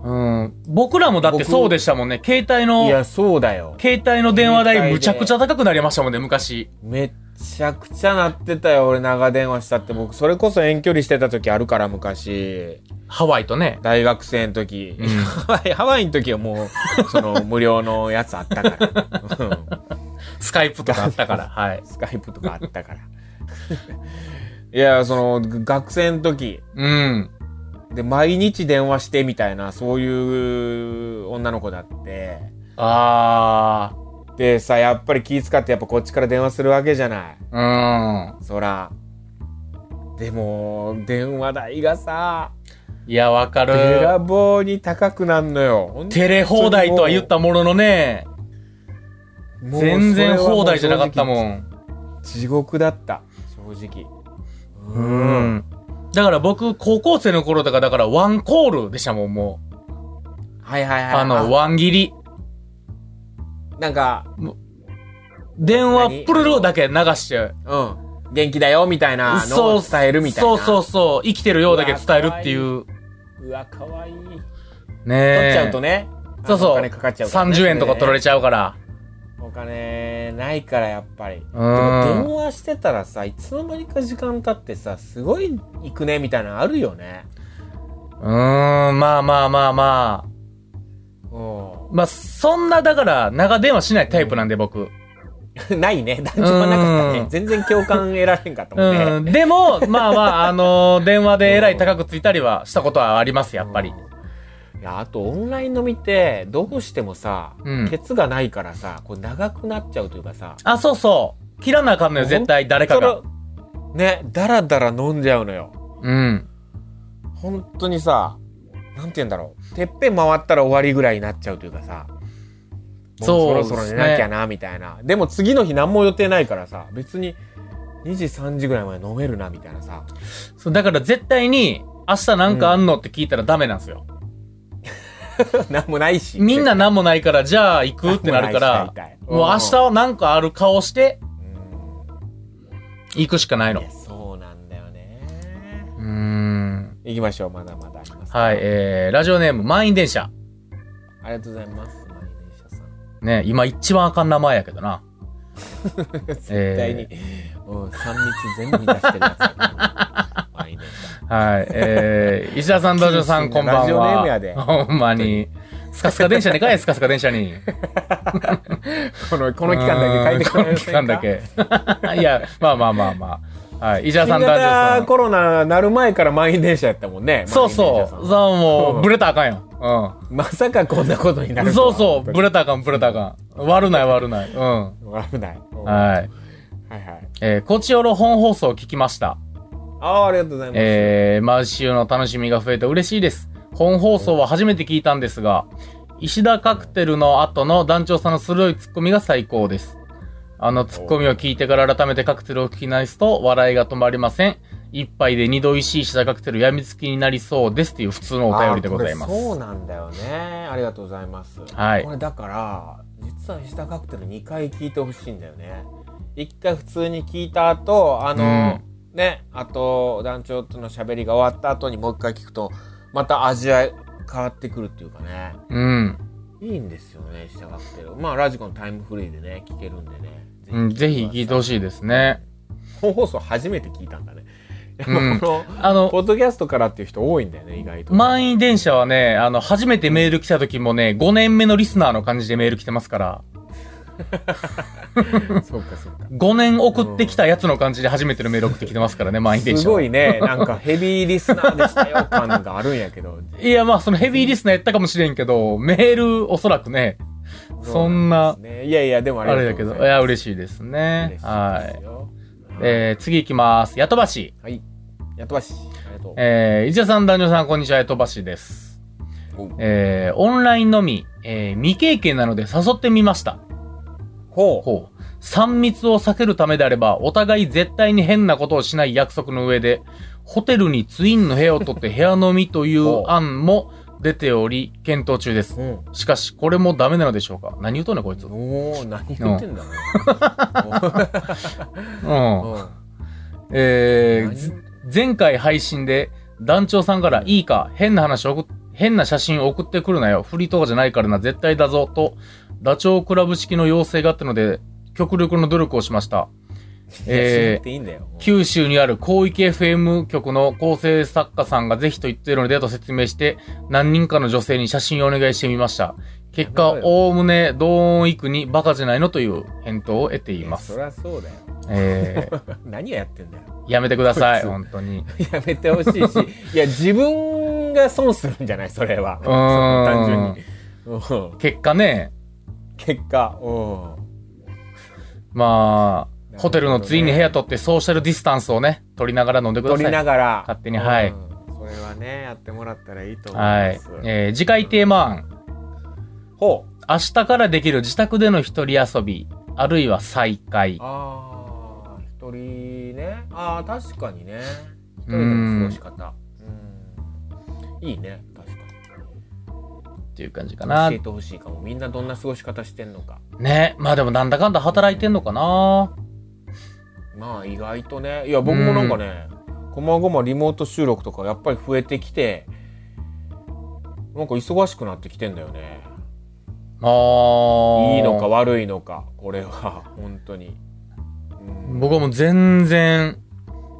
Speaker 3: うん。僕らもだってそうでしたもんね。携帯の
Speaker 2: い、やそうだよ
Speaker 3: 携帯の電話
Speaker 2: 携帯
Speaker 3: 代
Speaker 2: で
Speaker 3: むちゃくちゃ高くなりましたもんね、昔。
Speaker 2: めっちゃくちゃなってたよ俺長電話したって僕それこそ遠距離してた時あるから昔
Speaker 3: ハワイとね。
Speaker 2: 大学生の時、
Speaker 3: うん
Speaker 2: ハワイ ハワイの時はもうその無料のやつあったからうん
Speaker 3: スカイプとかあった から。はい。
Speaker 2: スカイプとかあったから いやその学生の時
Speaker 3: うん。
Speaker 2: で毎日電話してみたいなそういう女の子だって
Speaker 3: あ
Speaker 2: でさやっぱり気使ってやっぱこっちから電話するわけじゃない
Speaker 3: ー。
Speaker 2: そらでも電話代がさ
Speaker 3: うん。いや、わか
Speaker 2: べら
Speaker 3: る。
Speaker 2: ぼうに高くなんのよ
Speaker 3: テレ放題とは言ったもののね、
Speaker 2: もう
Speaker 3: 全然放題じゃなかったも
Speaker 2: ん
Speaker 3: ん。
Speaker 2: 地獄だった正直う
Speaker 3: うん。だから僕、高校生の頃とか、だからワンコールでしたもん、もう。
Speaker 2: はいはいはい
Speaker 3: あの、ワン切り。
Speaker 2: なんか
Speaker 3: 電話
Speaker 2: 何
Speaker 3: プルルだけ流して。
Speaker 2: うん元気だよみたいなのを伝えるみたいな
Speaker 3: そうそうそう。生きてるようだけ伝えるっていう。
Speaker 2: うわかわいい取っ
Speaker 3: ね
Speaker 2: ちゃうとね
Speaker 3: そう
Speaker 2: あ
Speaker 3: そう。
Speaker 2: のお金かかっちゃうからね
Speaker 3: 30円とか取られ
Speaker 2: そ
Speaker 3: ちゃうから。
Speaker 2: れでねお金ないからやっぱり
Speaker 3: う
Speaker 2: でも電
Speaker 3: ん。
Speaker 2: 話してたらさいつの間にか時間経ってさすごい行くねみたいなのあるよね
Speaker 3: うーん、まあまあまあまあ。
Speaker 2: う
Speaker 3: まあ、そんな、だから、長電話しないタイプなんで、
Speaker 2: ん
Speaker 3: 僕。
Speaker 2: ないね団長はなかった
Speaker 3: う
Speaker 2: ね
Speaker 3: ん
Speaker 2: 全然共感得られんかったもんね、
Speaker 3: うん。でも、まあまあ、あ のー電話でえらい高くついたりはしたことはあります、やっぱり。
Speaker 2: いやあとオンライン飲みってどうしてもさ、
Speaker 3: うん
Speaker 2: ケツがないからさこう長くなっちゃうというかさ
Speaker 3: あ、そうそう。切らなあかんのよ、絶対、誰か
Speaker 2: そ
Speaker 3: が。
Speaker 2: のねだらだら飲んじゃうのよ
Speaker 3: うん。
Speaker 2: 本当にさなんて言うんだろうてっぺん回ったら終わりぐらいになっちゃうというかさもう
Speaker 3: そうです
Speaker 2: そ
Speaker 3: ね
Speaker 2: ろそろ寝なきゃなみたいなでも次の日何も予定ないからさ別に2時3時ぐらいまで飲めるなみたいなさ
Speaker 3: そうだから、絶対に、明日なんかあんのって聞いたらダメなんですよ。
Speaker 2: 何もないし
Speaker 3: みんな何もないから、じゃあ行くってなるから、もう明日はなんかある顔して、行くしかない
Speaker 2: うん
Speaker 3: の
Speaker 2: いや。そうなんだよね
Speaker 3: うーん。
Speaker 2: 行きましょうまだまだあります
Speaker 3: はい、えー、ラジオネーム、満員電車。
Speaker 2: ありがとうございます。マリネーシャさん。
Speaker 3: ね、今一番あかん名前やけどな。
Speaker 2: 絶対に、うん、三密全部に出してるやつだな。マリネーシ
Speaker 3: はい、え ー、石田さん、道場さん、こんばんは。
Speaker 2: ラジオネームやで
Speaker 3: ほんまに。スカスカ電車にかえ、スカスカ電車に。
Speaker 2: ャこの、この期間だけ書いてくれませんか
Speaker 3: この期間だけ。いや、まあまあまあまあ。はい、石田さん、
Speaker 2: 新
Speaker 3: 道場さ
Speaker 2: 型
Speaker 3: ん。
Speaker 2: コロナなる前から満員電車やったもんね。
Speaker 3: そうそう。
Speaker 2: う。
Speaker 3: そう、も
Speaker 2: う
Speaker 3: う、
Speaker 2: ん
Speaker 3: ブレたらあかんよ。
Speaker 2: まさかこんなことにな
Speaker 3: う
Speaker 2: る
Speaker 3: ん。
Speaker 2: と
Speaker 3: そ
Speaker 2: は
Speaker 3: うそう、ブ
Speaker 2: 本
Speaker 3: レたらあかん、ブレたらあかん。悪ない、悪ない。うん。
Speaker 2: 当に危ない。うんはい
Speaker 3: はい。
Speaker 2: はい。
Speaker 3: えー、こちよろ本放送を聞きました。
Speaker 2: ああ、ありがとうございます。
Speaker 3: えー、毎週の楽しみが増えて嬉しいです。本放送は初めて聞いたんですが、石田カクテルの後の団長さんの鋭いツッコミが最高です。あのツッコミを聞いてから改めてカクテルを聞き直すと笑いが止まりません。一杯で二度美味しい石田カクテルやみつきになりそうですという普通のお便りでございま
Speaker 2: あーこれ
Speaker 3: す。
Speaker 2: そうなんだよね。ありがとうございます。
Speaker 3: はい
Speaker 2: これだから、実は石田カクテル2回聞いてほしいんだよね。1回普通に聞いた後、あの、ね、あと、団長との喋りが終わった後にもう一回聞くと、また味わい変わってくるっていうかね。
Speaker 3: うん。
Speaker 2: いいんですよね、石田カクテル。まあ、ラジコンタイムフリーでね、聞けるんでね。
Speaker 3: うん、ぜひ聞いてほ
Speaker 2: い。
Speaker 3: しいですね。
Speaker 2: 本放送初めて聞いたんだね。や
Speaker 3: うん
Speaker 2: っぱこ
Speaker 3: あ
Speaker 2: の
Speaker 3: の
Speaker 2: ポ、ッドキャストからっていう人多いんだよね意外と
Speaker 3: 満員電車はね、あの、初めてメール来た時もね、5年目のリスナーの感じでメール来てますから、
Speaker 2: そうかそうか
Speaker 3: 5年送ってきたやつの感じで初めてのメール送ってきてますからね、満員電車
Speaker 2: す
Speaker 3: は。
Speaker 2: ごいねなんかヘビーリスナーでしたよ感があるんやけど
Speaker 3: いや、まあ、そのヘビーリスナーやったかもしれんけど、メール、おそらくね、 そんな
Speaker 2: う、ですねいやいやでもあ
Speaker 3: あれ
Speaker 2: れ
Speaker 3: だ
Speaker 2: だ
Speaker 3: け
Speaker 2: け
Speaker 3: ど、
Speaker 2: ど
Speaker 3: いや、嬉しいですね。はい。えー、次行きます。やとばし。
Speaker 2: はいやっとばしありがとう
Speaker 3: えー、伊者さん、男女さん、こんにちは、やとばしです。
Speaker 2: お
Speaker 3: えー、オンラインのみ、えー、未経験なので誘ってみました。
Speaker 2: ほ
Speaker 3: ほう。3密を避けるためであれば、お互い絶対に変なことをしない約束の上で、ホテルにツインの部屋を 取って部屋飲みという案も出ており、検討中です
Speaker 2: う。うん
Speaker 3: しかし、これもダメなのでしょうか何言うとんねん、こいつ。うん。
Speaker 2: おお何言ってんだろううん
Speaker 3: えー
Speaker 2: 何
Speaker 3: ず前回配信で、団長さんから、いいか、変な話送っ、変な写真送ってくるなよ。フリーとかじゃないからな、絶対だぞ、と、ダチョウ倶楽部式の要請があったので、極力の努力をしました。
Speaker 2: 死ぬ
Speaker 3: えー
Speaker 2: っていいんだよ
Speaker 3: 九州にある広域 FM 局の構成作家さんがぜひと言っているのでと説明して、何人かの女性に写真をお願いしてみました。結果、
Speaker 2: やめろ
Speaker 3: おおむね同意句にバカじゃないのという返答を得ていま
Speaker 2: い
Speaker 3: す。
Speaker 2: やそりゃそうだよ
Speaker 3: え
Speaker 2: 何をやってんだよ
Speaker 3: ー、やめてください、
Speaker 2: こいつ
Speaker 3: 本当に。
Speaker 2: やめてほしいしいや自分が損するんじゃないそれは
Speaker 3: うーん
Speaker 2: その単純にうん
Speaker 3: 結果ね、
Speaker 2: 結果うんなるほ
Speaker 3: まあ、
Speaker 2: どね
Speaker 3: ホテルのツインに部屋取ってソーシャルディスタンスをね、取りながら飲んでくだ
Speaker 2: 取り
Speaker 3: さ。
Speaker 2: ないがら
Speaker 3: 勝手にはい
Speaker 2: うんそれはねやってもらったらいいと思い
Speaker 3: は
Speaker 2: ま
Speaker 3: い
Speaker 2: す。
Speaker 3: えー、次回テーマ案。
Speaker 2: ほう
Speaker 3: 明日からできる自宅での一人遊び、あるいは再会。
Speaker 2: ああ一人ねああ確かにね一人
Speaker 3: う
Speaker 2: での過
Speaker 3: ん
Speaker 2: ごし方うんいいね確かに
Speaker 3: っていう感じかな
Speaker 2: 教え。てほしいかもみんなどんな過ごし方してんのか
Speaker 3: ね。まあでもなんだかんだ働いてんのかな
Speaker 2: まあ意外とねいや僕もなんかねこまごまリモート収録とかやっぱり増えてきてなんか忙しくなってきてんだよね
Speaker 3: あー
Speaker 2: いいのか。悪いのかこれは本当に、うん
Speaker 3: 僕はもう全然、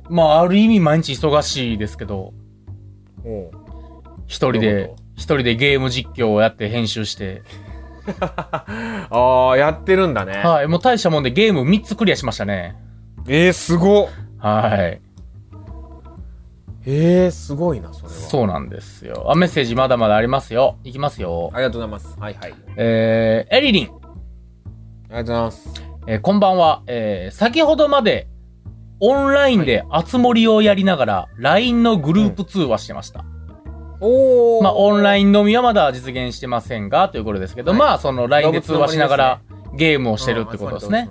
Speaker 3: まあある意味毎日忙しいですけど、
Speaker 2: もうど
Speaker 3: 一人
Speaker 2: ういう
Speaker 3: で
Speaker 2: こ、
Speaker 3: 一人でゲーム実況をやって編集して、
Speaker 2: ああやってるんだね、
Speaker 3: はい、もう大したもんでゲーム3つクリアしましたね。
Speaker 2: えー、すごっ
Speaker 3: はい。
Speaker 2: えー、すごいなそれは
Speaker 3: そうなんですよ。あ、メッセージまだまだありますよ。いきますよ
Speaker 2: あ。りがとうございますはいはいあり
Speaker 3: えー、エリリン。
Speaker 2: がとうございます
Speaker 3: えーこんばんは。えー先ほどまで、オンラインで熱盛をやりながら、LINE のグループ通話してました。
Speaker 2: おお
Speaker 3: まあ、オンラ
Speaker 2: イン
Speaker 3: イン飲みはまだ実現してませんが、ということですけど、
Speaker 2: はい
Speaker 3: まあ、その LINE で通話しながらゲームを
Speaker 2: を
Speaker 3: してるってことですね。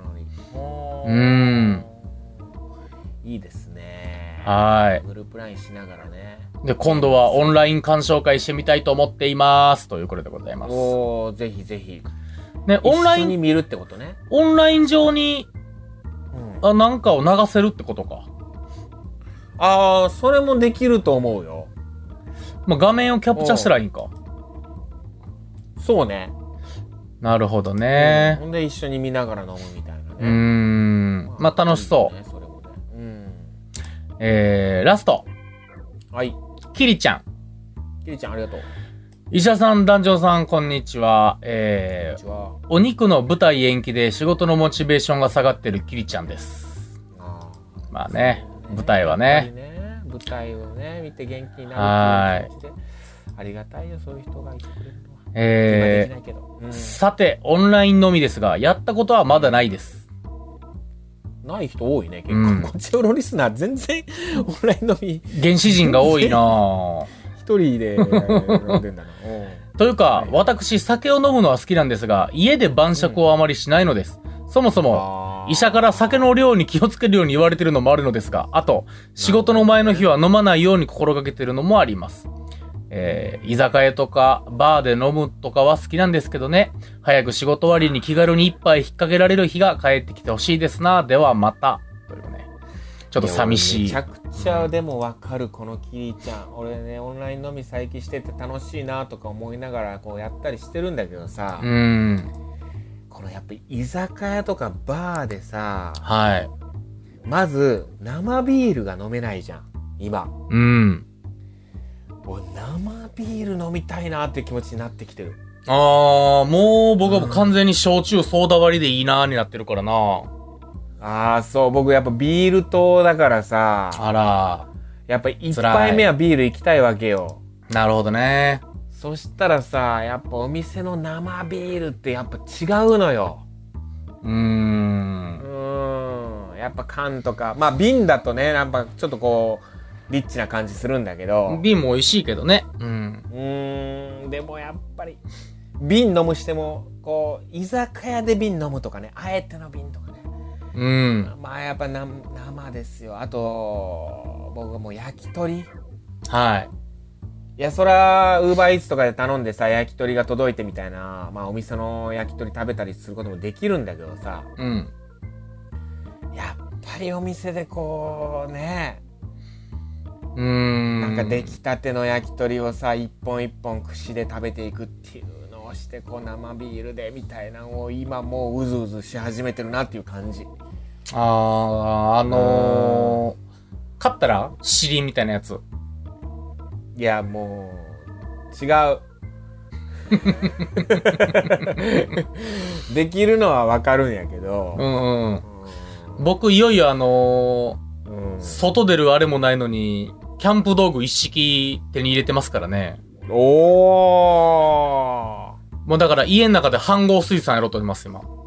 Speaker 2: う
Speaker 3: うん
Speaker 2: いいですね
Speaker 3: は
Speaker 2: グループラインしながらね
Speaker 3: い。で、今度はオンライン鑑賞会してみたいと思っています。ということでございます。
Speaker 2: おおぜひぜひ
Speaker 3: ね、オンラ
Speaker 2: 一緒
Speaker 3: イ
Speaker 2: に
Speaker 3: ン、
Speaker 2: 見るってことね、
Speaker 3: オンライン上に、
Speaker 2: うんあ
Speaker 3: あ、なんかを流せるってことか。
Speaker 2: あーそれもできると思うよ
Speaker 3: まあ、画面をキャプチャーしたらいいんか。
Speaker 2: そうね、
Speaker 3: なるほど
Speaker 2: うん
Speaker 3: ね。
Speaker 2: ほんで一緒に見ながら飲むみたいな
Speaker 3: うー
Speaker 2: ね、
Speaker 3: ん。まあ、楽しそう
Speaker 2: い。いよねそれもねうん
Speaker 3: えー、ラスト。
Speaker 2: はい
Speaker 3: キリちゃん。
Speaker 2: きりちゃんありがとう
Speaker 3: 医者さん、団長さん、こんにちは。え
Speaker 2: こんに
Speaker 3: ー
Speaker 2: ちは
Speaker 3: お肉の舞台延期で仕事のモチベーションが下がってるキリちゃんです。
Speaker 2: あー
Speaker 3: まあね
Speaker 2: そう
Speaker 3: 舞台はね
Speaker 2: やっぱり舞台をね見て元気になるっていう気持ちでありがたいよそういう人がいてくれるのは、
Speaker 3: え
Speaker 2: 今できないけど、
Speaker 3: ー、さて、オンラインのみですが、やったことはまだないです。
Speaker 2: うんない人多いね結構、
Speaker 3: うん
Speaker 2: こっちのロリスナー全然オンライン飲み
Speaker 3: 原始人が多いなぁ。
Speaker 2: 一人で飲んでん だなう
Speaker 3: というか
Speaker 2: は、い
Speaker 3: 私、酒を飲むのは好きなんですが、家で晩酌をあまりしないのです。そもそ
Speaker 2: ん
Speaker 3: も、
Speaker 2: あー
Speaker 3: 医者から酒の量に気をつけるように言われてるのもあるのですが、あと、仕事の前の日は飲まないように心がけてるのもあります。えー、居酒屋とか、バーで飲むとかは好きなんですけどね。早く仕事終わりに気軽に一杯引っ掛けられる日が帰ってきてほしいですな。ではまた。というね。ちょっと寂しい。
Speaker 2: や俺めちゃくちゃでもわかるこのキリちゃん俺ねオンライン飲み最近してて楽しいなとか思いながらこうやったりしてるんだけどさ、
Speaker 3: うーん。
Speaker 2: このやっぱ居酒屋とかバーでさ
Speaker 3: はい。
Speaker 2: まず生ビールが飲めないじゃん今
Speaker 3: うん。
Speaker 2: 俺生ビール飲みたいなっていう気持ちになってきてる
Speaker 3: あー、もう僕はもう完全に焼酎ソーダ割りでいいなーになってるからな。
Speaker 2: ああそう僕やっぱビール党だからさ
Speaker 3: あら
Speaker 2: やっぱ一杯目はビール行きたいわけよ
Speaker 3: ー、なるほどね。
Speaker 2: そしたらさやっぱお店の生ビールってやっぱ違うのよ
Speaker 3: うー。
Speaker 2: うんーんやっぱ缶とかまあ瓶だとねやっぱちょっとこうリッチな感じするんだけど
Speaker 3: 瓶も美味しいけどね。うん。
Speaker 2: うーんでもやっぱり瓶飲むしてもこう居酒屋で瓶飲むとかねあえての瓶とかね
Speaker 3: うん。
Speaker 2: まあやっぱな生ですよあと僕はもう焼き鳥い
Speaker 3: はい。
Speaker 2: やそらウーバーイーツとかで頼んでさ焼き鳥が届いてみたいなまあお店の焼き鳥食べたりすることもできるんだけどさ
Speaker 3: うん。
Speaker 2: やっぱりお店でこうね
Speaker 3: うーん。
Speaker 2: なんか出来たての焼き鳥をさ一本一本串で食べていくっていうのをしてこう生ビールでみたいなのを今もううずうずし始めてるなっていう感じ
Speaker 3: あー、あのー、買ったら尻みたいなやつ。
Speaker 2: いやもう違うできるのはわかるんやけ
Speaker 3: う
Speaker 2: ど、
Speaker 3: んうん。僕、いよいよあの
Speaker 2: うん
Speaker 3: ー、外出るあれもないのに、キャンプ道具一式手に入れてますからね。
Speaker 2: お
Speaker 3: もうだから家の中で半合水産やろうと思います、今。
Speaker 2: ー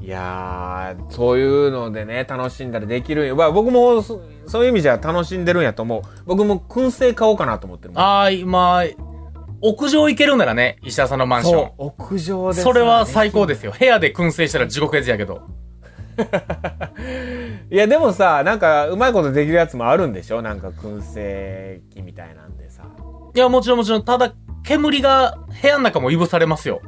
Speaker 2: いやーそういうのでね楽しんだらできるんよまあ僕もそそういう意味じゃ楽しんでるんやと思う僕も燻製買おうかなと思ってるもん
Speaker 3: あー、まあ、屋上行けるならね、石田さんのマンション
Speaker 2: そ。う屋上でさ
Speaker 3: それは最高ですよ。部屋で燻製したら地獄絵図やけど。
Speaker 2: いやでもさなんかうまいことできるやつもあるんでしょなんか燻製機みたいなんでさ
Speaker 3: いや、もちろんもちろん、ただ、煙が部屋の中もいぶされますよ。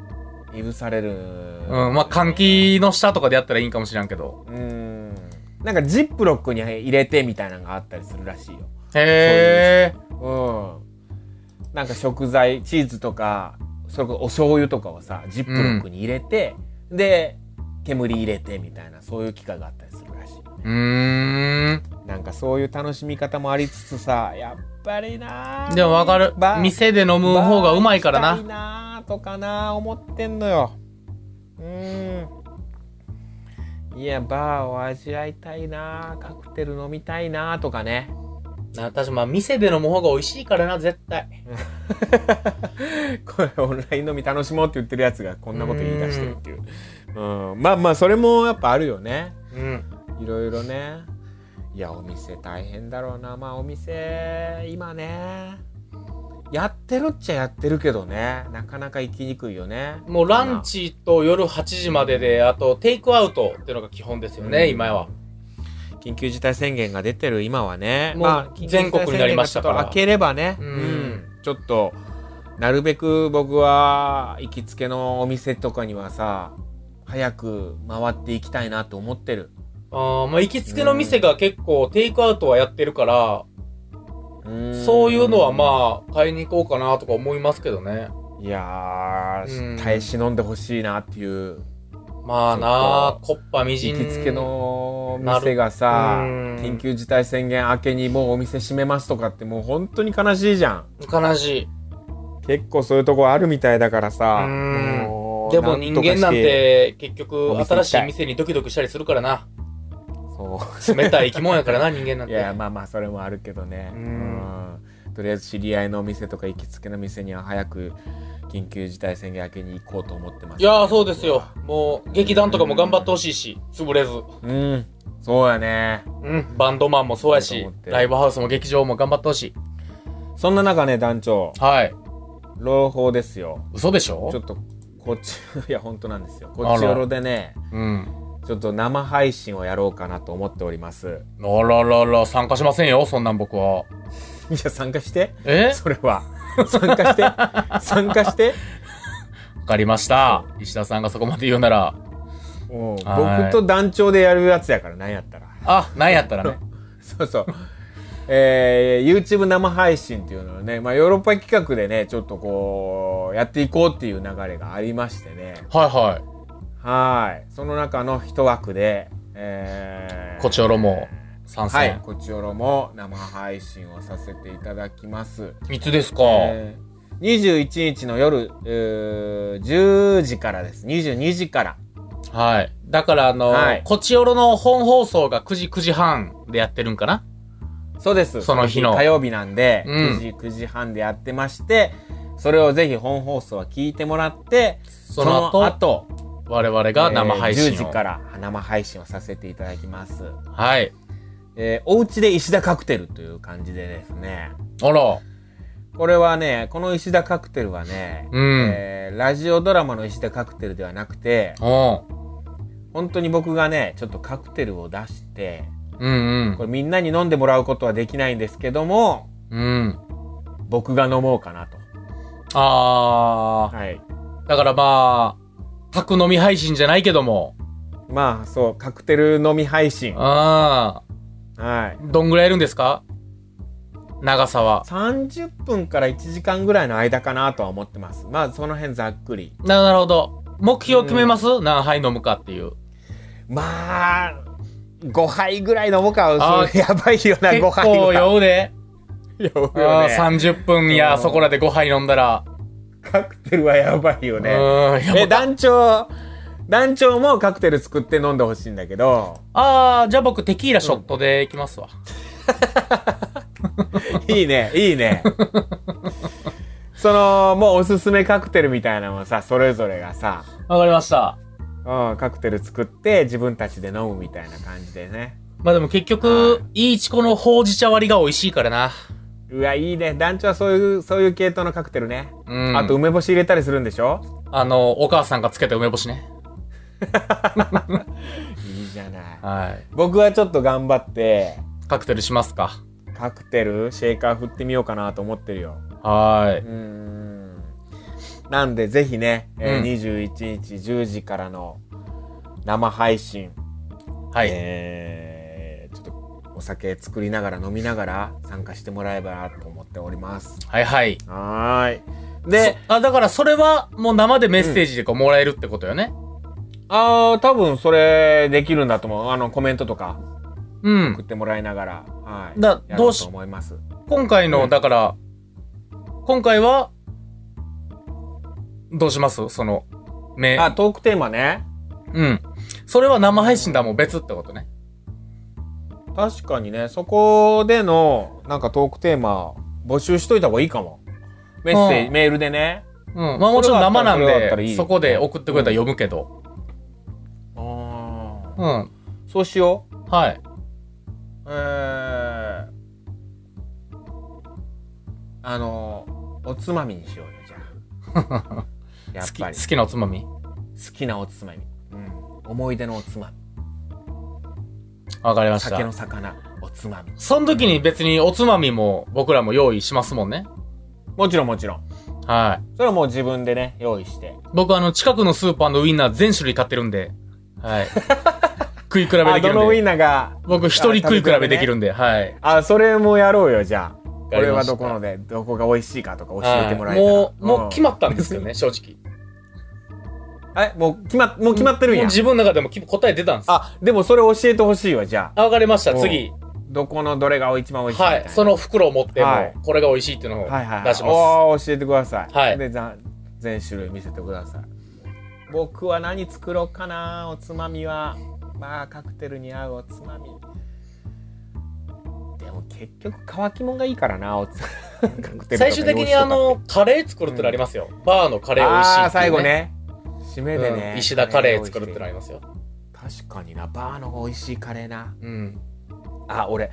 Speaker 2: いぶされる
Speaker 3: うん、まあ、換気の下とかでやったらいいんかもしれんけど。
Speaker 2: うーんなんかジップロックに入れてみたいなのがあったりするらしいよ
Speaker 3: へえ。
Speaker 2: うんなんか食材チーズとかそれこそお醤油とかをさジップロックに入れて、で煙入れてみたいなそういう機会があったりするらしいう
Speaker 3: ーん。
Speaker 2: なんかそういう楽しみ方もありつつさやっぱりなあ
Speaker 3: でもわかる
Speaker 2: バ。ー
Speaker 3: 店で飲む方がうまいから
Speaker 2: バー行きたい
Speaker 3: な。
Speaker 2: なあとかなあ思ってんのようーんいやバーを味わいたいなあカクテル飲みたいなあとかね
Speaker 3: な確かまあ、店で飲む方が美味しいからな、絶対。
Speaker 2: これオンライン飲み楽しもうって言ってるやつがこんなこと言い出してるっていううん、まあまあそれもやっぱあるよね
Speaker 3: うん。
Speaker 2: いろいろねいやお店大変だろうなまあお店今ねやってるっちゃやってるけどねなかなか行きにくいよね
Speaker 3: もうランチと夜8時までで、あとテイクアウトっていうのが基本ですよね、
Speaker 2: うん
Speaker 3: 今は。
Speaker 2: 緊急事態宣言が出てる今はね、
Speaker 3: もう全国になりましたから
Speaker 2: 緊急事態宣言がちょっと明ければね、
Speaker 3: うん
Speaker 2: ちょっと、なるべく僕は行きつけのお店とかにはさ、早く回っていきたいなと思ってる。
Speaker 3: あーまあ、行きつけの店が結構テイクアウトはやってるから、そういうのはまあ、買いに行こうかなとか思いますけどね。
Speaker 2: あ。いや
Speaker 3: うん
Speaker 2: ー、耐え忍んでほしいなっていう、
Speaker 3: まあなあ、コッパみじ
Speaker 2: 行
Speaker 3: ん。
Speaker 2: きつけの店がさ、
Speaker 3: うん
Speaker 2: 緊急事態宣言明けにもうお店閉めますとかってもう本当に悲しいじゃん。
Speaker 3: 悲しい。
Speaker 2: 結構そういうとこあるみたいだからさ。
Speaker 3: うん
Speaker 2: もう
Speaker 3: でも人間なん。て結
Speaker 2: お
Speaker 3: 局
Speaker 2: 店行きたい
Speaker 3: 新しい店にドキドキしたりするから な。
Speaker 2: とかしてそ
Speaker 3: 冷たい生き物やからな、人間なん
Speaker 2: う。い
Speaker 3: て。
Speaker 2: や、まあまあ、それもあるけどね。
Speaker 3: うん
Speaker 2: うんとりあえず知り合いのお店とか行きつけの店には早く緊急事態宣言明けに行こうと思ってます、
Speaker 3: いやーそうですよ。もう劇団とかも頑張ってほしいし、潰れず。
Speaker 2: うん。そうやね。
Speaker 3: うん。バンドマンもそうや
Speaker 2: そう
Speaker 3: し
Speaker 2: 思っ、て
Speaker 3: ライブハウスも劇場も頑張ってほしい。
Speaker 2: そんな中ね、団長、
Speaker 3: はい。
Speaker 2: 朗報ですよ。
Speaker 3: 嘘でし
Speaker 2: ちょっ
Speaker 3: ょ
Speaker 2: と、こっち、 いや、本当なんですよ。
Speaker 3: ら
Speaker 2: こっちよろでね、
Speaker 3: うん。
Speaker 2: ちょっと生配信をやろうかなと思っております。
Speaker 3: あららら、参加しませんよ、そんなん僕は。
Speaker 2: いや、参加して。
Speaker 3: え
Speaker 2: それは。参加して。参加して。
Speaker 3: わかりました。石田さんがそこまで言うなら。
Speaker 2: うん
Speaker 3: はい
Speaker 2: 僕と団長でやるやつやからなんやったら
Speaker 3: あ、なんやったらね。
Speaker 2: そうそうえー、YouTube 生配信っていうのをね、まあ、ヨーロッパ企画でねちょっとこうやっていこうっていう流れがありましてね
Speaker 3: はいはい。
Speaker 2: はいその中の一枠で、えー、
Speaker 3: こちょろも参
Speaker 2: は
Speaker 3: 戦
Speaker 2: い、。こちおろも生配信をさせていただきます。
Speaker 3: い、つですか、
Speaker 2: えー21日の夜、えー10時からです。22時から。
Speaker 3: はい。だから、あの、
Speaker 2: はい
Speaker 3: こちおろの本放送が9時、9時半でやってるんかな
Speaker 2: そうです。
Speaker 3: その日の
Speaker 2: 火曜日なんで、
Speaker 3: う
Speaker 2: 9
Speaker 3: ん
Speaker 2: 時、9時半でやってまして、それをぜひ本放送は聞いてもらって、
Speaker 3: その後、
Speaker 2: 後
Speaker 3: 我々が生配信を。
Speaker 2: えー10時から生配信をさせていただきます。
Speaker 3: はい。
Speaker 2: えーおうちで石田カクテルという感じでですね、
Speaker 3: あら、
Speaker 2: これはね、この石田カクテルはね、
Speaker 3: うん
Speaker 2: えーラジオドラマの石田カクテルではなくて、
Speaker 3: うん。
Speaker 2: 本当に僕がね、ちょっとカクテルを出して、
Speaker 3: うん
Speaker 2: これみんなに飲んでもらうことはできないんですけども、
Speaker 3: うん。うん。
Speaker 2: 僕が飲もうかなと。
Speaker 3: あ
Speaker 2: はい。
Speaker 3: ー、だからまあ、宅飲み配信じゃないけども、
Speaker 2: まあ、そう、カクテル飲み配信。は
Speaker 3: あ
Speaker 2: い。
Speaker 3: ー、どんぐらいいるんですか長さは。
Speaker 2: 30分から1時間ぐらいの間かなとは思ってます。まあ、その辺ざっくり。
Speaker 3: な、なるほど。目標決めます、何杯飲むかっていう。
Speaker 2: まあ、5杯ぐらい飲もうか。
Speaker 3: あ
Speaker 2: そうやばいよな、
Speaker 3: 結
Speaker 2: 5杯
Speaker 3: 構
Speaker 2: は。
Speaker 3: 酔うで。
Speaker 2: 酔う
Speaker 3: あ
Speaker 2: よ
Speaker 3: ー
Speaker 2: ね。
Speaker 3: 30分やそこらで5杯飲んだら。
Speaker 2: カクテルはやばいよ
Speaker 3: う
Speaker 2: ね。
Speaker 3: ーんやば
Speaker 2: え、団長、団長もカクテル作って飲んでほしいんだけど、
Speaker 3: あー、じゃあ僕テキーラショットでいきますわ。
Speaker 2: いいね、いい ね。その、もうおすすめカクテルみたいなのもさ、それぞれがさ、
Speaker 3: わ、かりました。
Speaker 2: うん、カクテル作って自分たちで飲むみたいな感じでね。
Speaker 3: まあでも結局、いいチコのほうじ茶割りが美味しいからな。
Speaker 2: うわ、いいね。団長はそういう、そういう系統のカクテルね。
Speaker 3: うん。
Speaker 2: あと、梅干し入れたりするんでしょ
Speaker 3: あの、お母さんがつけた梅干しね。
Speaker 2: いいじゃない。
Speaker 3: は
Speaker 2: 僕はちょっと頑張って、
Speaker 3: い。カクテルしますか。
Speaker 2: カクテル、シェーカー振ってみようかなと思ってるよ。
Speaker 3: は
Speaker 2: う
Speaker 3: い。
Speaker 2: ーん。なんで、ぜひね、えー
Speaker 3: うん
Speaker 2: 21日10時からの生配信、
Speaker 3: はい。
Speaker 2: えーちょっとお酒作りながら飲みながら参加してもらえばなと思っております。
Speaker 3: はいはい。
Speaker 2: はーい。
Speaker 3: で
Speaker 2: で、、
Speaker 3: あ、だからそれはもう生でメッセージでこうもらえるってことよね。
Speaker 2: ああ、多分それできるんだと思う。あの、コメントとか
Speaker 3: うん。
Speaker 2: 送ってもらいながら、はい。
Speaker 3: だ
Speaker 2: や
Speaker 3: ど
Speaker 2: ろ
Speaker 3: う
Speaker 2: う
Speaker 3: し
Speaker 2: と思います。
Speaker 3: 今回の、
Speaker 2: うん
Speaker 3: だから、今回は、どうしますその、め、
Speaker 2: あ、トークテーマね。
Speaker 3: うん。それは生配信だもん別ってことね。
Speaker 2: 確かにね、そこでの、なんかトークテーマ募集しといた方がいいかも。メッセージ、
Speaker 3: うん
Speaker 2: メールでね。
Speaker 3: うん。まあもちろん生なん
Speaker 2: それだったら
Speaker 3: で、
Speaker 2: いい
Speaker 3: そこで送ってくれたら読むけど。
Speaker 2: ああ。
Speaker 3: うん。
Speaker 2: そうしよう。
Speaker 3: はい。
Speaker 2: えー、あの、おつまみにしようよ、じゃあ。やっ
Speaker 3: 好き、
Speaker 2: ぱ
Speaker 3: 好
Speaker 2: り。
Speaker 3: きなおつまみ。
Speaker 2: 好きなおつまみ。うん。思い出のおつまみ。
Speaker 3: わかりまし
Speaker 2: 酒の
Speaker 3: た。
Speaker 2: 魚、おつまみ。
Speaker 3: その時に別におつまみも僕らも用意しますもんね。
Speaker 2: もちろんもちろん。
Speaker 3: はい。
Speaker 2: それはもう自分でね、用意して。
Speaker 3: 僕あの、近くのスーパーのウインナー全種類買ってるんで。 はい。食い比べ
Speaker 2: あ、
Speaker 3: でき
Speaker 2: ど
Speaker 3: るん
Speaker 2: のウイ
Speaker 3: で。
Speaker 2: ンナーが、
Speaker 3: 僕一人食い比べできるんで、はい。
Speaker 2: あ、それもやろうよ、じゃあ。こ
Speaker 3: かり
Speaker 2: れ
Speaker 3: ま
Speaker 2: は
Speaker 3: した
Speaker 2: どこので、どこが美味しいかとか教えてもらえたら。
Speaker 3: もう、もう決
Speaker 2: ま、
Speaker 3: まったんですよね、正直。
Speaker 2: え、もう決ま、もう決まってるん
Speaker 3: もう
Speaker 2: や。
Speaker 3: 自分の中でもき答え出たんです。あ、
Speaker 2: あ、でもそれ教えてほしいわ、じゃあ。
Speaker 3: わかりました、
Speaker 2: うん
Speaker 3: 次。
Speaker 2: どこのどれが一番美味しいみた
Speaker 3: はいい。
Speaker 2: な。
Speaker 3: その袋を持って、も
Speaker 2: はいう
Speaker 3: これが美味しいっていうの
Speaker 2: は
Speaker 3: を
Speaker 2: いはい、はい、
Speaker 3: 出しま
Speaker 2: おー教えてください。
Speaker 3: はい
Speaker 2: で、ざ全種類見せてください。僕は何作ろうかなおつまみは。まあ、カクテルに合うおつまみ。でも結局乾きもんがいいからなおつ カクテルとか
Speaker 3: す。最終的にあの、カレー作るってなりますよ。バーのカ
Speaker 2: カ
Speaker 3: レー美味しいっていう、
Speaker 2: あー最後。ね。締めでね、
Speaker 3: うん石田カレー作るってなりますよ。
Speaker 2: 確かになバーの美味しいカレーな
Speaker 3: うん。
Speaker 2: あ俺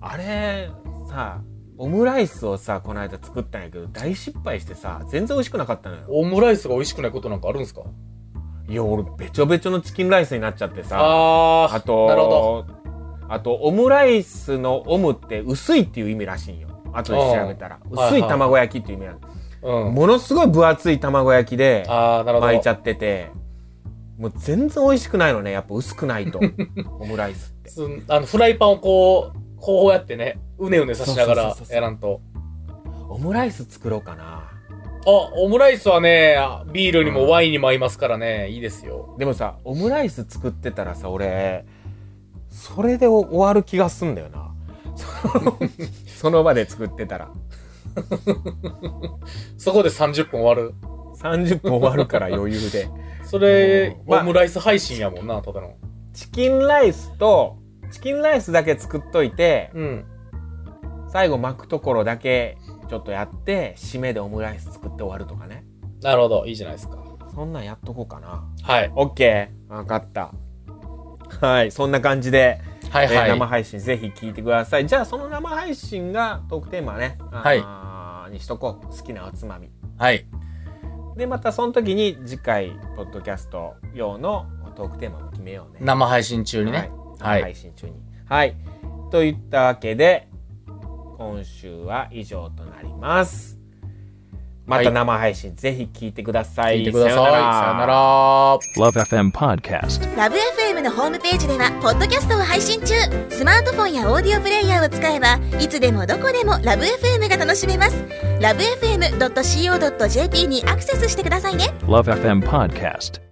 Speaker 2: あれさオムライスをさこの間作ったんやけど大失敗してさ全然美味しくなかったのよ
Speaker 3: オムライスが美味しくないことなんかあるんですか
Speaker 2: いや、俺、べちょべちょのチキンライスになっちゃってさ。
Speaker 3: あー、
Speaker 2: あと、
Speaker 3: なるほ
Speaker 2: あと、オムライスのオムって薄いっていう意味らしいんよ。後で調べたら。
Speaker 3: ああ
Speaker 2: 薄い卵焼きっていう意味なの、
Speaker 3: ど。うん。
Speaker 2: ものすごい分厚い卵焼きで
Speaker 3: あー、なるほど。
Speaker 2: 巻いちゃってて、もう全然美味しくないのね。やっぱ薄く ないと。オムライスって。
Speaker 3: すあの、フライパンをこう、こうやってね、うねうねさしなが
Speaker 2: そうそう
Speaker 3: ら
Speaker 2: そうそう
Speaker 3: やらんと。
Speaker 2: オムライス作ろうかな。
Speaker 3: あ、オムライスはね、ビールにもワインにも合いますからね、いいですよ。
Speaker 2: でもさ、オムライス作ってたらさ、俺、それで終わる気がすんだよな そのその場で作ってたら
Speaker 3: そこで30分終わる。
Speaker 2: 30分終わるから余裕で
Speaker 3: それ、
Speaker 2: うんまあ
Speaker 3: オムライス配信やもんな、ただの。
Speaker 2: チキンライスとチキンライスだけ作っといて
Speaker 3: うん。
Speaker 2: 最後巻くところだけちょっとやって締めでオムライス作って終わるとかね
Speaker 3: なるほど、いいじゃないですか。
Speaker 2: そんなんやっとこうかな
Speaker 3: はい。
Speaker 2: オッケー分かったはいそんな感じで、
Speaker 3: はい
Speaker 2: えー
Speaker 3: はい。
Speaker 2: 生配信ぜひ聞いてくださいじゃあその生配信がトークテーマねあーにしとこう好きなおつまみ
Speaker 3: はい。
Speaker 2: でまたその時に次回ポッドキャスト用のトークテーマも決めようね
Speaker 3: 生配信中にね。
Speaker 2: は、
Speaker 3: はいい
Speaker 2: 配信中にはいといったわけで今週は以上となりますまた生配信、ぜひ聞いてください
Speaker 3: 聞いてください。さよなら。
Speaker 1: Love FM Podcast.
Speaker 4: ラブ f m のホームページではポッドキャストを配信中スマートフォンやオーディオプレイヤーを使えばいつでもどこでもラブ f m が楽しめますラブ FM.co.jp にアクセスしてくださいね
Speaker 1: Love FM Podcast.